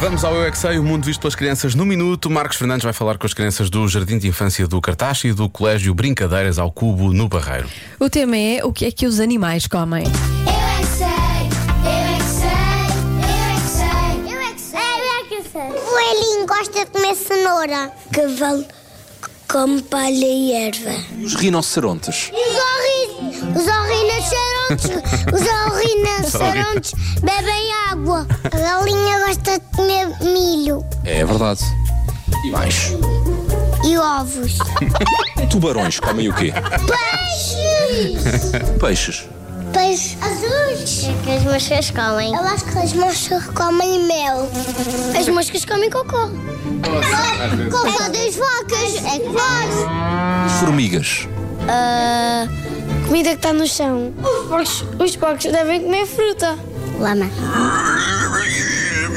Vamos ao Eu é que Sei, o mundo visto pelas crianças no minuto. Marcos Fernandes vai falar com as crianças do Jardim de Infância do Cartaz e do Colégio Brincadeiras ao Cubo no Barreiro. O tema é o que é que os animais comem. Eu é que sei, eu é que sei, eu é que sei, eu é que sei, eu é que sei, eu é que sei. O Elinho gosta de comer cenoura. Cavalo come palha e erva. Os rinocerontes. Os, orri... os orrinocerontes, os orrinocerontes bebem água. A galinha gosta de comer milho É verdade. E mais? e ovos. Tubarões comem o quê? Peixes! Peixes. Peixes azuis. Que as moscas comem. Eu acho que as moscas comem mel. As moscas comem cocô. Cocô das vacas. É que faz. Formigas. Comida que está no chão. Os porcos, os porcos devem comer fruta. Lama.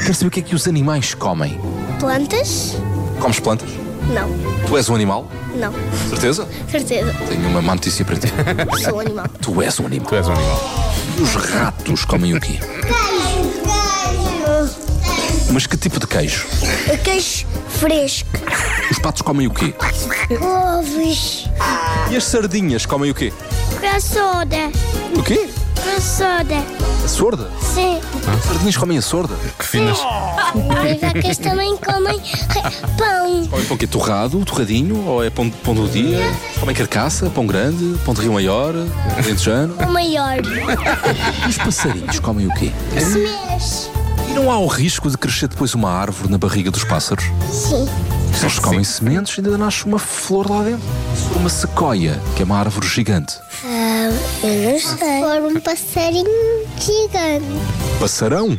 Quer saber o que é que os animais comem? Plantas? Comes plantas? Não, Tu és um animal? não. Certeza? Certeza. Tenho uma má notícia para ti. Sou um animal. Tu és um animal. Tu és um animal. Os ratos comem o quê? Queijo. Mas que tipo de queijo? Queijo. Queijo fresco. Os patos comem o quê? Ovos. E as sardinhas comem o quê? Caçoda. O quê? Caçoda. A sorda? Sim. As sardinhas comem a sorda? Que finas. As vacas também comem eh, pão. Comem pão o quê? Torrado, torradinho? Ou é pão, pão do dia? Comem carcaça, pão grande, pão de rio maior, lentejano? O maior. Os passarinhos comem o quê? Semeias. E não há o risco de crescer depois uma árvore na barriga dos pássaros? Sim. Se eles comem sementes, ainda nasce uma flor lá dentro. Uma sequoia, que é uma árvore gigante. Ah, eu não sei. For um passarinho gigante. Passarão?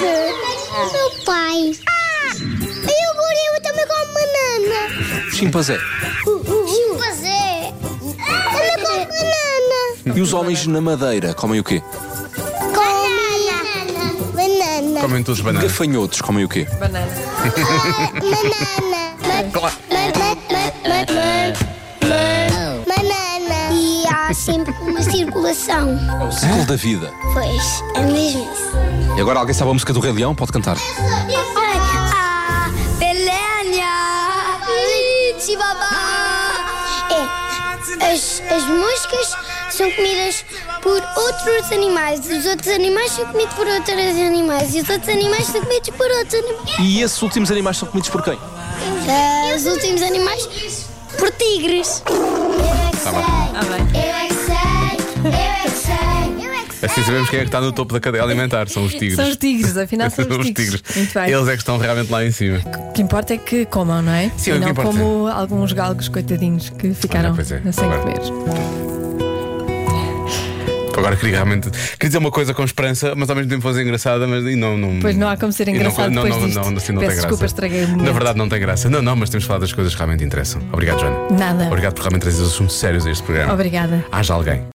Meu pai. Ah! E o gorila também come banana. Chimpanzé. Uh, Chimpanzé. Também come banana. E os homens na madeira comem o quê? Come banana. Banana. Comem todos bananas. Gafanhotos comem o quê? Banana. Banana. E há sempre uma circulação. É o ciclo da vida. Pois, é mesmo isso. E agora alguém sabe a música do Rei Leão? Pode cantar. Ah, Belenha. É, as, as moscas são comidas por outros animais. Os outros animais são comidos por outros animais. E os outros animais são comidos por outros animais. E esses últimos animais são comidos por quem? Ah, Os últimos animais por tigres. Eu é que sei, eu é que sei, eu é que sei. Assim sabemos quem é que está no topo da cadeia alimentar, são os tigres. São os tigres, afinal são os, tigres. Muito bem. Eles é que estão realmente lá em cima. O que importa é que comam, não é? Sim, e o que não importa. como alguns galgos coitadinhos que ficaram pois é, sem agora. comer. Agora queria realmente. Queria dizer uma coisa com esperança, mas ao mesmo tempo fazer engraçada, mas e não, não. Pois não há como ser e não- engraçado não, depois não, disto. Não, não, assim não Peço tem graça. desculpa, estraguei o Na momento. verdade, não tem graça. Não, não, mas temos falado das coisas que realmente interessam. Obrigado, Joana. Nada. Obrigado por realmente trazer os assuntos sérios a este programa. Obrigada. Haja alguém.